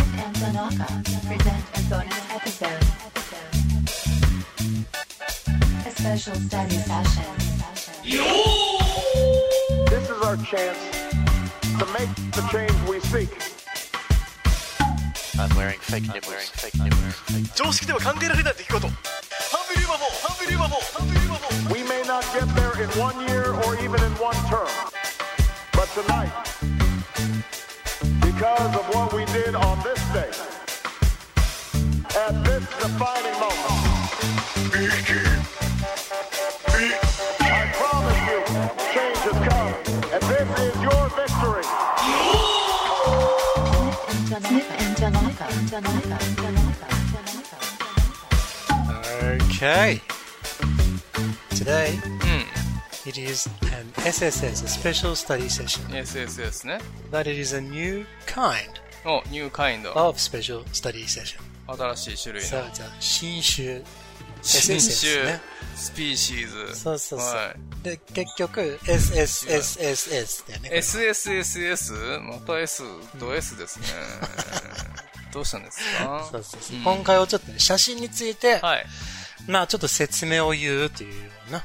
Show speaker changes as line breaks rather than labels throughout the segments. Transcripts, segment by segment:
Tanaka present a bonus episode. A special study session.
This is our chance to make the change we seek.
I'm wearing fake nipples. I'm wearing fake nipples. Fake
常識では考えられない出来事ハンビリーバボーハンビリーバボーハンビリーバボー
We may not get there in one year or even in one term. But tonight, because of what we did on this day, at this defining moment, I promise you, change has come. And this is your victory.
Smith and Tanaka, Tanaka, Tanaka, Tanaka.
Okay. Today, it is an SSS, a special study session,
SSS ね。
but it is a new kind
のニューカインド。
of special study session.
新しい種類の。
So it's a 新種
新
SSS
種
ね。、
スピーシーズ。
そうそうそう。
はい
で、結局、SSSSS だよね。
SSSS? また S と S ですね。 どうしたんですか
そうそうそう。
ん
今回はちょっとね、写真について、
はい。
まあちょっと説明を言うというような。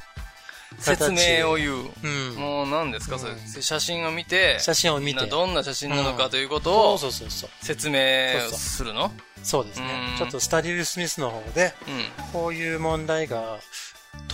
説明を
う。
言う。
うん
もう何ですかそれ。写真を見て、
写真を見て
みんなどんな写真なのかということ
そう
を
そうそうそう。
説明
そうそう
するの
そうですね
う。ん
ちょっとスタディル・スミスの方で、
うん。
こういう問題が、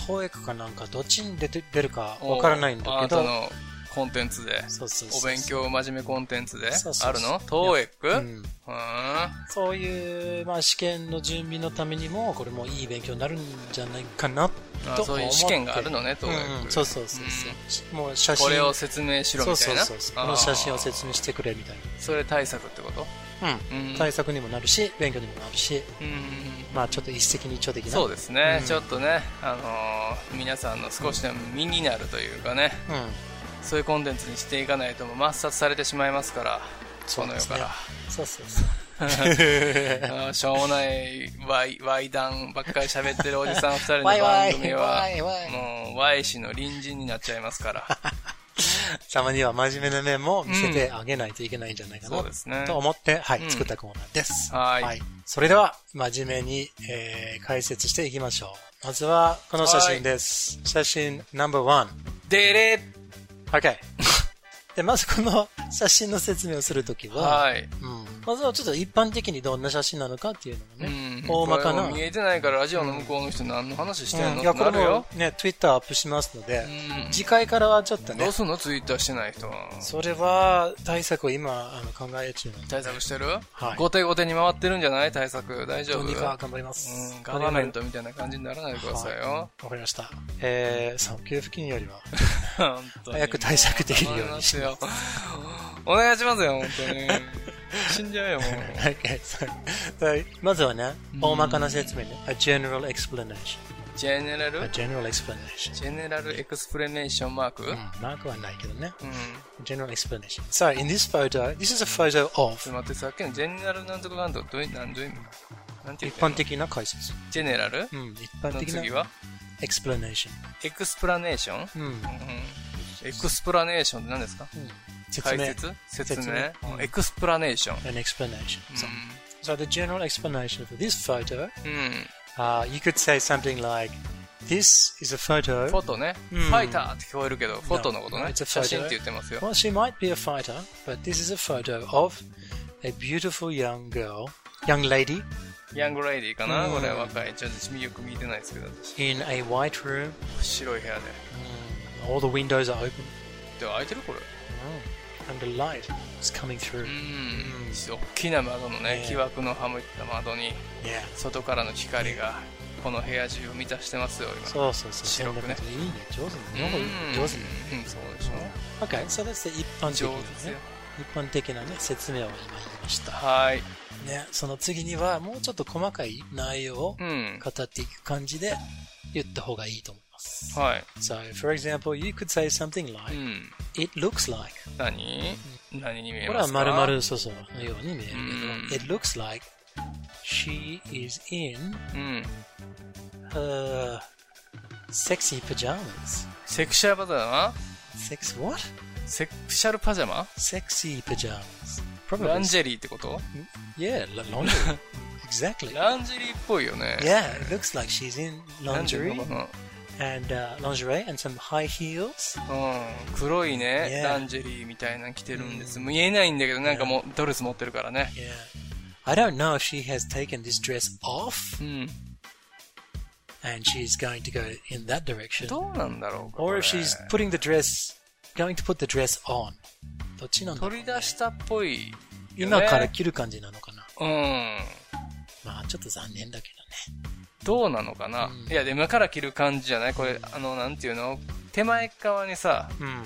TOEIC かなんかどっちに出て出るかわからないんだ
おあ
け
なた
ど、
のコンテンツで。
そうそうそう
お勉強真面目コンテンツで
そうそうそう
あるの ?TOEIC?
うん
うーん。
そういう、まあ、試験の準備のためにも、これもいい勉強になるんじゃないかな、
あ
と
そういう試験があるのね
思ってうん
TOEIC
そうそうそうそう。もう写真。
これを説明しろみたいな。
そうそうそうそう。この写真を
明。
説明してくれみたい
それ対策ってこと
な。
うん
対策にもなるし、勉強にもなるし、
うん。
まあ、ちょっと一石二鳥的な。
そうですね、
うん
ちょっとね、あのー皆さんの少しでも身になるというかね、
うん。
そういうコンテンツにしていかないともう抹殺されてしまいますから、
そう
この
で
世
す
か
ね
ら。。
そうそうそう。
あーしょうもない ワイ、ワイダンばっかり喋ってるおじさん二人の
ワイワイ
番組は
ワイワイ、
もう、ワイ氏の隣人になっちゃいますから。
たまには真面目な面も見せてあげないといけないんじゃないかな、
そうですね
と思って、はい、
うん
作ったコーナーです。
はい
それでは、真面目に、えー解説していきましょう。まずは、この写真です。写真 No.1。
でれ
OK。で、まずこの写真の説明をするときは、
はい。
うんまずはちょっと一般的にどんな写真なのかっていうのをね、
うん
大まか
こ
な。
れも見えてないからラジオの向こうの人何の話してんの、
うんい
な
や、これ
るよ
も、ね、Twitter アップしますので、
うん
次回からはちょっと
ど
ね
う、すんのツイッターしてない人は
それは対策を今あの考え中なんで、
対策してる、
はい
後手後手に回ってるんじゃない対策大丈
ど
夫
うにか頑張ります
うん。ガバメントみたいな感じにならないでくださいよ、
わかりました。えー、産休付近よりは。
本当に
早く対策できるようにし
よお願いしますよ本当に死んじゃうよもう
Okay, sorry. はいまずはね、大まかな説明ね。A general explanation.
ジェネラ
A
ル
general explanation.
ジェネラルエクスプレネーションマーク、う
うんん、マークはないけどね。General explanation. So, in this photo, this is a photo
ち
of
ょっと待ってさっきのジェネラルなんとかなんとかどういなんどういう意味なんて
一
言ってん
般
の
的な解説。
ジェネラル、
うん、一
そ
般
の
的
次
な
は
explanation。
エクスプラネーション、
うん、うん
エクスプラネーションって何ですか
説
解
明。
説説明
説明うん
エクスプラネーション。
An explanation. So, so the general explanation for this photo,
うん。
uh, you could say something like, This is a photo.
フォトね。フ
うん
ァイターって聞こえるけど、フォトのこと
No,
ね。
it's a photo.
写真って言ってますよ。
Well, she might be a fighter, but this is a photo of a beautiful young girl, young lady,
ヤングレディかな
うん
これ若い。ちょっとよく見てないですけど、私
in a white room.
白い部屋で。
All the windows are open,
で、開いてるこれ。
and the light is coming through.
Mm. うん。大きな窓のね
ね、
木枠のはめた窓に、
Yeah.
外からの光が、この部屋中を満たしてますよ、今。
そうそうそう。
白く
そん
ね
なこといいね。上手
うん。
ね。なんか上手ね。
うん、そうでし
Okay, so that's the 一般的
ょ。
なね
上手ですよ。
一般的なね、説明を今言いました。
はい。
ね、その次にはもうちょっと細かい内容を
うん。
語っていく感じで言った方がいいと思います。
はい。
So, for example, you could say something
う
like,
ん。
It looks like
何何に見え
これ
ま
は
すか
丸々そうそうのように見える
うん
けど、It looks like she is in
うん。
her sexy pajamas.
セクシャルパジャマ
Sex what?
セクシャルパジャマ
Sexy pajamas. Probably.
ランジェリーってこと
Yeah, la- laundry. exactly.
ランジェリーっぽいよね。
Yeah, it looks like she's in
なんていう
lingerie
のかな
and uh, lingerie and some high heels.
うん、黒いね、
Yeah.
ランジェリーみたいなの着てるんです。見えないんだけど、なんかもうドレス持ってるからね。
Yeah. I don't know if she has taken this dress off
うん。
and she's going to go in that direction,
どうなんだろうか。こ
or
れ
if she's putting the dress, going to put the dress on. どっちなんだろう
取り出したっぽいよね。
今から着る感じなのかな
うん。
まあちょっと残念だけどね。
どうなのかな、いや、で、今から着る感じじゃないこれ、あの、なんていうの手前側にさ、
うん。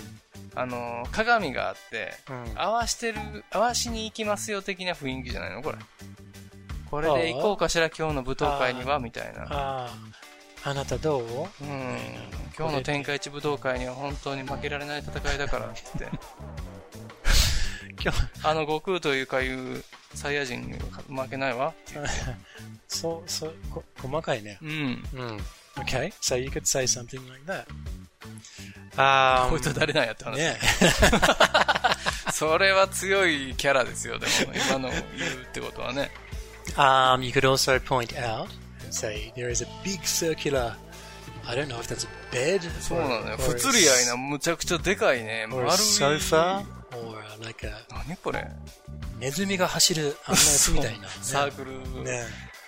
あの、鏡があって、
うん
合わしてる、合わしに行きますよ的な雰囲気じゃないのこれ。これで行こうかしら、今日の舞踏会には、みたいな。
ああ、あなたどう
うん。今日の天下一武道会には本当に負けられない戦いだから、って。
今日、
あの、悟空というかいうサイヤ人には負けないわ。
そう、そう、こ細かいね。
うん。
Mm. Okay, so you could say something like that. Um,
こいつは誰なんやって話。
yeah.
それは強いキャラですよ、でも、今の言うってことはね。
um, you could also point out and say there is a big circular. I don't know if that's a bed.
そうなのよ。
or
不
a
釣り合いな、むちゃくちゃでかいね。
or
丸
a
い。
sofa or uh, like a
何これ
ネズミが走るあんなやつみたいな。
サークル、
ね。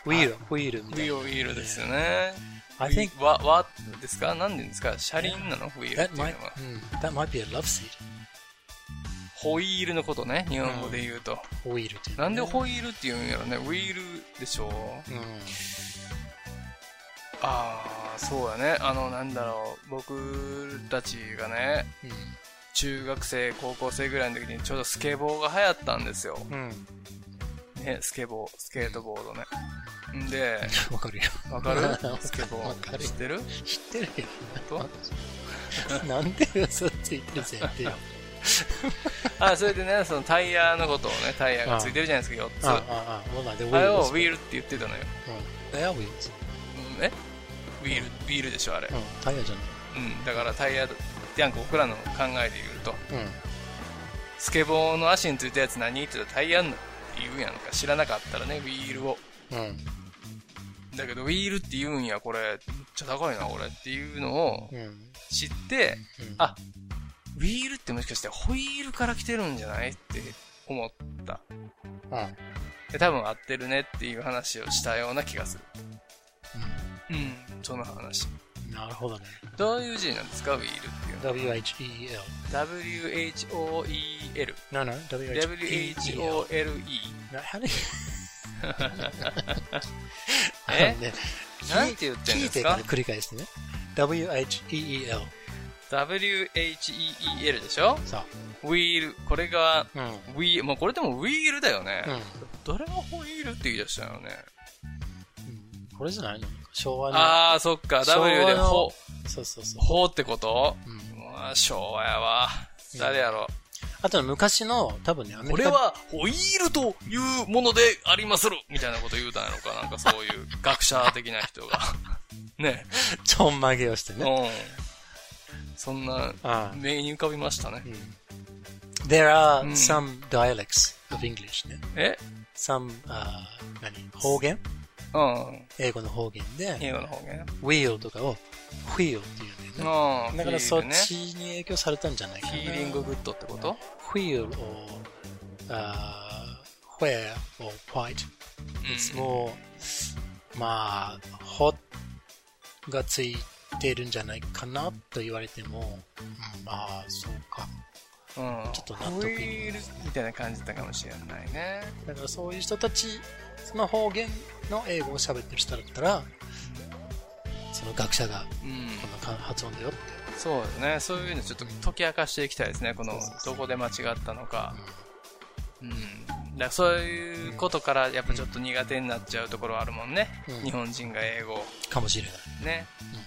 ウィール、ウィールみ
ウ
たい
ィ
な。
オウィールですよね。
I think
わ、わですか何て言うんですか車輪なのウィールっ
that
てい
might,
うのは。
mm, that might be a love seat.
ホイールのことね、日本語で言うと。
ウィールっていうの
な
ね、
んでホイールって言うんやろねウィールでしょ
うん
ああ、そうやね。あの、なんだろう。僕たちがね、中学生、高校生ぐらいの時にちょうどスケボーが流行ったんですよ。
うん。
ね、スケボー、スケートボードね。んで、
うん。わかるよ。
わ かるス
ス
ケ
ケ
ボ
ボー
ー。知ってる
知ってるよ。
と
なんで嘘ついてる前提よ。
あ、それでね、そのタイヤのことをね、タイヤがついてるじゃないですか、
ああ
4つ。
ああ、well, like the
あれをウ
wheels.
ィールって言ってたのよ。
うん They are wheels.
うんえウィール、ウィールでしょ、あれ。
うん、タイヤじゃない。
うん、だからタイヤ、やんか僕らの考えで言うと、
うん。
スケボーの足についたやつ何って言ったらタイヤの言うやんか。知らなかったらね、ウィールを。
うん。
だけど、ウィールって言うんや、これ、めっちゃ高いな、これっていうのを
うん。
知って、
うん
あ、ウィールってもしかしてホイールから来てるんじゃないって思った。
あ
で多分合ってるねっていう話をしたような気がする。うん、その話。
なるほどね。
どういう字なんですか、ウィールっていうのは。
W-H-E-L。
W-H-O-E-L。
No, no, W-H-E-L.
W-H-O-L-E。
なhow do you- あ
え
のね
なんて言ってん
聞
で
い
す
てから
か
繰り返してね。W-H-E-E-L。
?W-H-E-E-L でしょ
さ
ウィール。これが、
あ。うん。
ウィール。もうこれでもウィールだよね。
うん。
誰がホイールって言い出したのね。
これじゃないの昭和の。
あー、そっか。
昭和
W で
の
ほ、
そうそうそう。
ほってこと
うん
うわ昭和やわ。誰やろ。
あと昔の、多分ね、アメ
こ
リ
れ
カ。
はホイールというものでありまするみたいなこと言うたんやろか。なんかそういう学者的な人が。 ね。
ちょんまげをしてね。
うん。そんな、
ああ
目に浮かびましたね。
There
う
are
ん
some dialects of English ね。
え
some, あー何方言
うん。
英語の方言で、
英語の方言。
wheel とかを wheel っていうんだよね。
うん。
だからそっ
ヒールね
ちに影響されたんじゃないかな。
ヒーリンググッドってこと
wheel or, uh, where or white.
うん。
もう、まあ、hot がついてるんじゃないかなと言われても、うんまあ、そうか。
うん。
ちょっと納得
ホイールみたいな感じだったかもしれないね。
だからそういう人たち、その方言の英語を喋ってる人だったら、その学者が
うん。
このか発音だよって。
そうですね。そういうのちょっと解き明かしていきたいですね。この、どこで間違ったのか。うん。だからそういうことから、やっぱちょっと苦手になっちゃうところはあるもんね。
うん
日本人が英語を
かもしれない。
ね。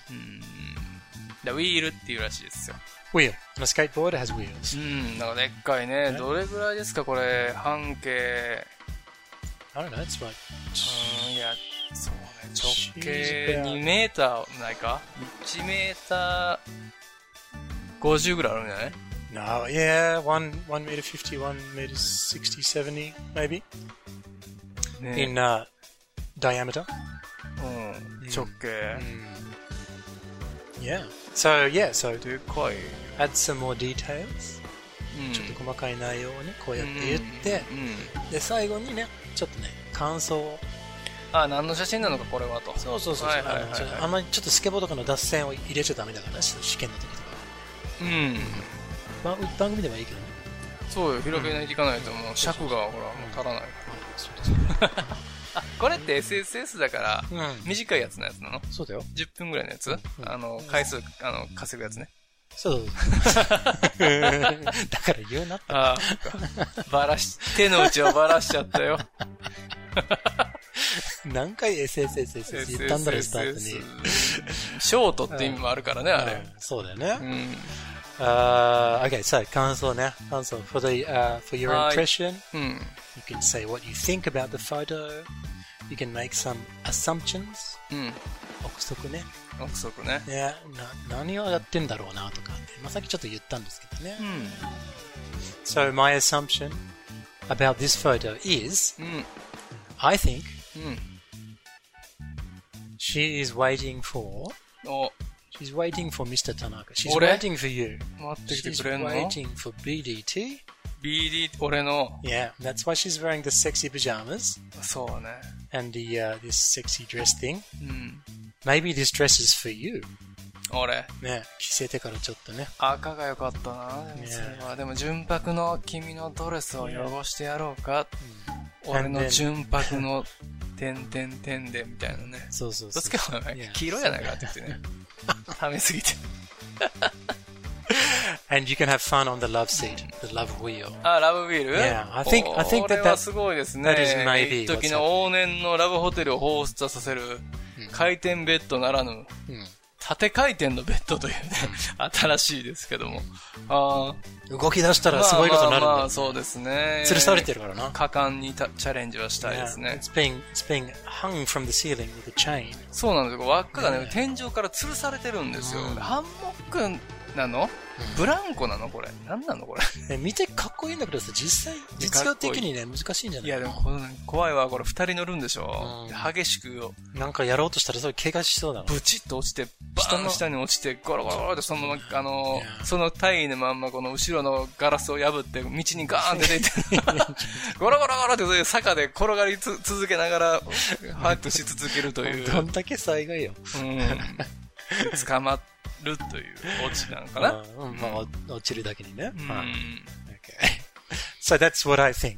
うん。だからウィールっていうらしいですよ。
Wheel. And a skateboard has wheels.
うん。なんかでっかいね。どれぐらいですか、これ。半径。
I don't know, it's like
うん、いや、そうね、直
シ
径
ーズン
2メーターないか ?1 メーター50ぐらいあるんじゃない
No, yeah, one one made a 50, one made a 60, 70, maybe
ね
in uh, diameter.
うん、直径。
Yeah. So yeah, so
でかい。
add some more details.
うん
ちょっと細かい内容をね、こうやって言って、
うんうん
で最後にね、ちょっとね、感想を。
あ、何の写真なのか、これはと。
そうそうそう。
はいはいはい
あのそれあんまりちょっとスケボーとかの脱線を入れちゃダメだから、試験の時とか。
うん。
まあ、番組ではいいけどね。
そうよ、広げないといかないと、もう尺が、ほら、もう足らない。
そう
あ、 これって SSS だから、
だ。うん。
短いやつのやつなの
そうだよ。
10分ぐらいのやつあの、回数、あの、稼ぐやつね。
そうそうそうだから言うな。
ああ、そっか。ばらし、手の内をばらしちゃったよ。
何回 SSSS 言ったんだろう、スタートに。
SSS ショートって意味もあるからね、あれ。
うんそうだよね。
うん。
Uh, okay, so counsel now. Counsel for the uh, for your
Hi. Hmm.
impression,
うん。
you can say what you think about the photo. You can make some assumptions.
うん。
憶測ね。
憶測ね。
ねな何をやってんだろうなとか、ね、まあ、さっきちょっと言ったんですけどね
う。ん。
So my assumption about this photo is,
うん。
I think
うん。
she is waiting for.
お、
She's waiting for Mr. Tanaka. She's
俺
waiting for you.
待ってきて
She's
くれんの
waiting for BDT.
?BD、俺の、
Yeah, that's why she's wearing the sexy pajamas
そうね。
and the uh, this sexy dress thing.
うん。
Maybe this dress is for you.
俺、
ね、着せてからちょっとね。
赤が良かったな。でも
ね
それは、でも純白の君のドレスを汚してやろうか。
完
俺
全
の
に
純白の点点点で、みたいなね。
そうそうそ
どっちか
う。
はない
や
黄色やないかって言って ね。はめすぎて。
And you can have fun on the love seat, the love wheel.
あ、ラブビール
Yeah, I think- I think that
これはすごいですね。
that is maybe
一時の往年のラブホテルを放出させる、回転ベッドならぬ、縦回転のベッドというね、新しいですけども。あ
動き出した
あ、
らすごいことになるん
まあ
だ
まあま
よ
あ、。そうですね。
吊るされてるからな。
果敢にたチャレンジはしたいです
Yeah,
ね
it's。being it's being hung from the ceiling with a chain.
そうなんですよ。輪っかがね、天井から吊るされてるんですよ。ハンモックなのブランコなのこれ。何なのこれ。
ね見てかっこいいんだけどさ、実際実用的にね難しいんじゃないい
や、でもこの怖いわ。これ二人乗るんでし
う
ょ
ん。
で激しく
なんかやろうとしたらそれ怪我しそうだな。
ブチッと落ちて、バーン
下の
下に落ちて、ゴロゴロゴロってそのまま、あの
い、や
その体位のまんま、この後ろのガラスを破って、道にガーンって出 て、ゴロゴロゴロってそういう坂で転がりつ続けながら、ハックし続けるという、
どんだけ災害よ。
うん捕まるというオチなのかな。
うん、まあ落ちるだけにね。
うん
はい Okay. So that's what I think.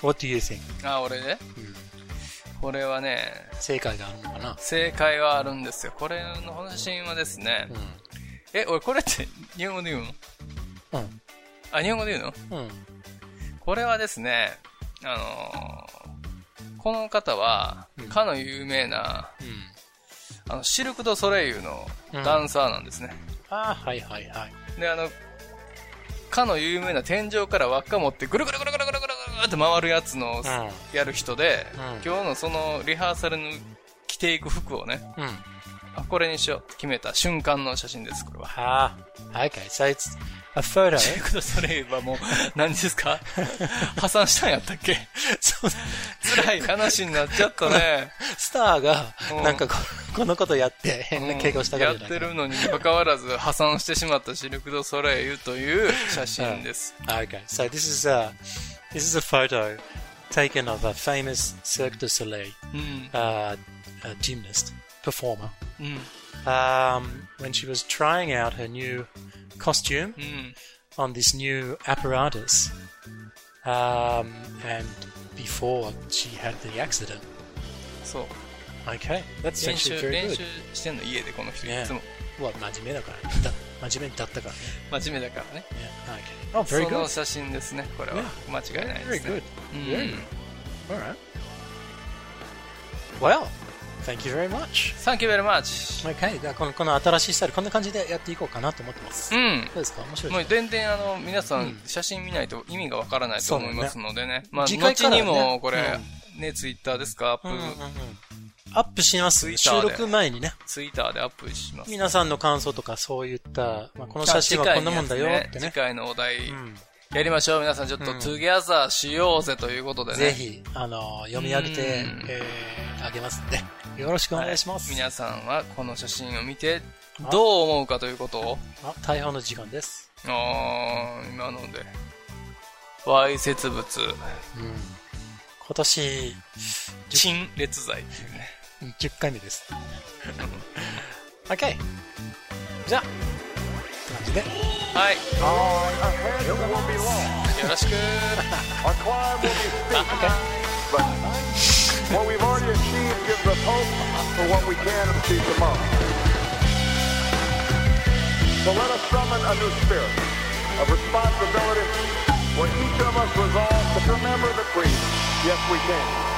What do you think?
あ、俺ね。これはね、
正解があるのかな
正解はあるんですよ。これのこの写真はですね、え、俺これって日本語で言うの
うん。
あ、日本語で言うの
うん。
これはですね、あのーこの方は、かの有名な、あの、シルク・ド・ソレイユのダンサーなんですね。
ああ、はいはいはい。
で、あの、かの有名な天井から輪っか持ってぐるぐるぐるぐるぐるぐるぐるって回るやつの、
う
やる人で、
うん
今日のそのリハーサルに着ていく服をね、
うん。
あ、これにしようって決めた瞬間の写真です、これは。
ああ。Okay, so it's a photo.
シルク・ド・ソレイユはもう、何ですか破産したんやったっけ
そう
辛い話になっちゃったね。
スターが
うん、
なんかここのことやって変な怪我をしたから
や
じゃ
っ
な
て
い
るのにもかわらず破産してしまったシルク・ド・ソレイユという写真です。
Okay, so this is a this is a photo taken of a famous Cirque du Soleil
うん。
uh, uh gymnast performer
うん。
um, when she was trying out her new costume
う
on
ん。
this new apparatus, um, and before she had the accident.
そう。
Okay, that's
練
actually
習、
very
練
good.
習してんの家でこの人
ね
いつも。
Well, 真面目だから。だ真面目だったからね。
真面目だからね。
Yeah, okay. Oh,
そ
very
の
good.
写真ですね、これは
ね。
間違いない
Very
ですね
good.。
う
Very
ん
good.。All right. Well, thank you very much.
Thank you very much.
Okay, じゃあこのこの新しいスタイル、こんな感じでやっていこうかなと思ってます。
う
ど
ん。
うですか面白い
も
で
う
す
全然あの、皆さん写真見ないと意味がわからないと思いますのでね。まあ、
次回から
後
ね
にもこれ、ね、ツイッターですか、アッ
かうんうんう
プ
んアップします。収
Twitter で
録前にね、
ツイッターでアップします。
皆さんの感想とかそういった、まあ、この
あ
写真はこんなもんだよって
次
ね。
回のやつ次回のお題、
うん
やりましょう。皆さんちょっと、
うん
トゥギャザーしようぜということでね。
ぜひ、あの、読み上げて
うん、
えーあげますんで、よろしくお願いします。
皆さんはこの写真を見て、どう思うかということを、
あ、逮捕の時間です。
あー今ので。わいせつ物、
うん今年、
陳列罪っていうね。
10回目 です。OK! じゃあ、って感じで。
はい。
Our ahead will be long.
よろしく
Our climb will be steep. But what we've already achieved gives us hope for what we can achieve tomorrow. So let us summon a new spirit of responsibility where each of us resolves to remember that we, yes, we can.